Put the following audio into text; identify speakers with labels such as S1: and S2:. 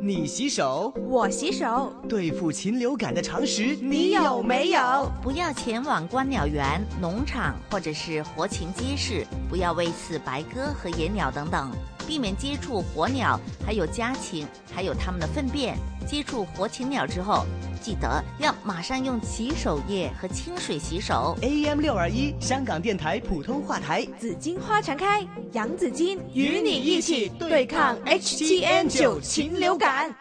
S1: 你洗手，
S2: 我洗手，
S1: 对付禽流感的常识
S2: 你有没有？
S3: 不要前往观鸟园、农场或者是活禽街市，不要喂饲白鸽和野鸟等等，避免接触活鸟，还有家禽，还有它们的粪便。接触活禽鸟之后，记得要马上用洗手液和清水洗手。
S1: ？AM 六二一香港电台普通话台，
S2: 紫荆花常开，洋紫荆
S1: 与你一起对抗 HTN9 禽流感。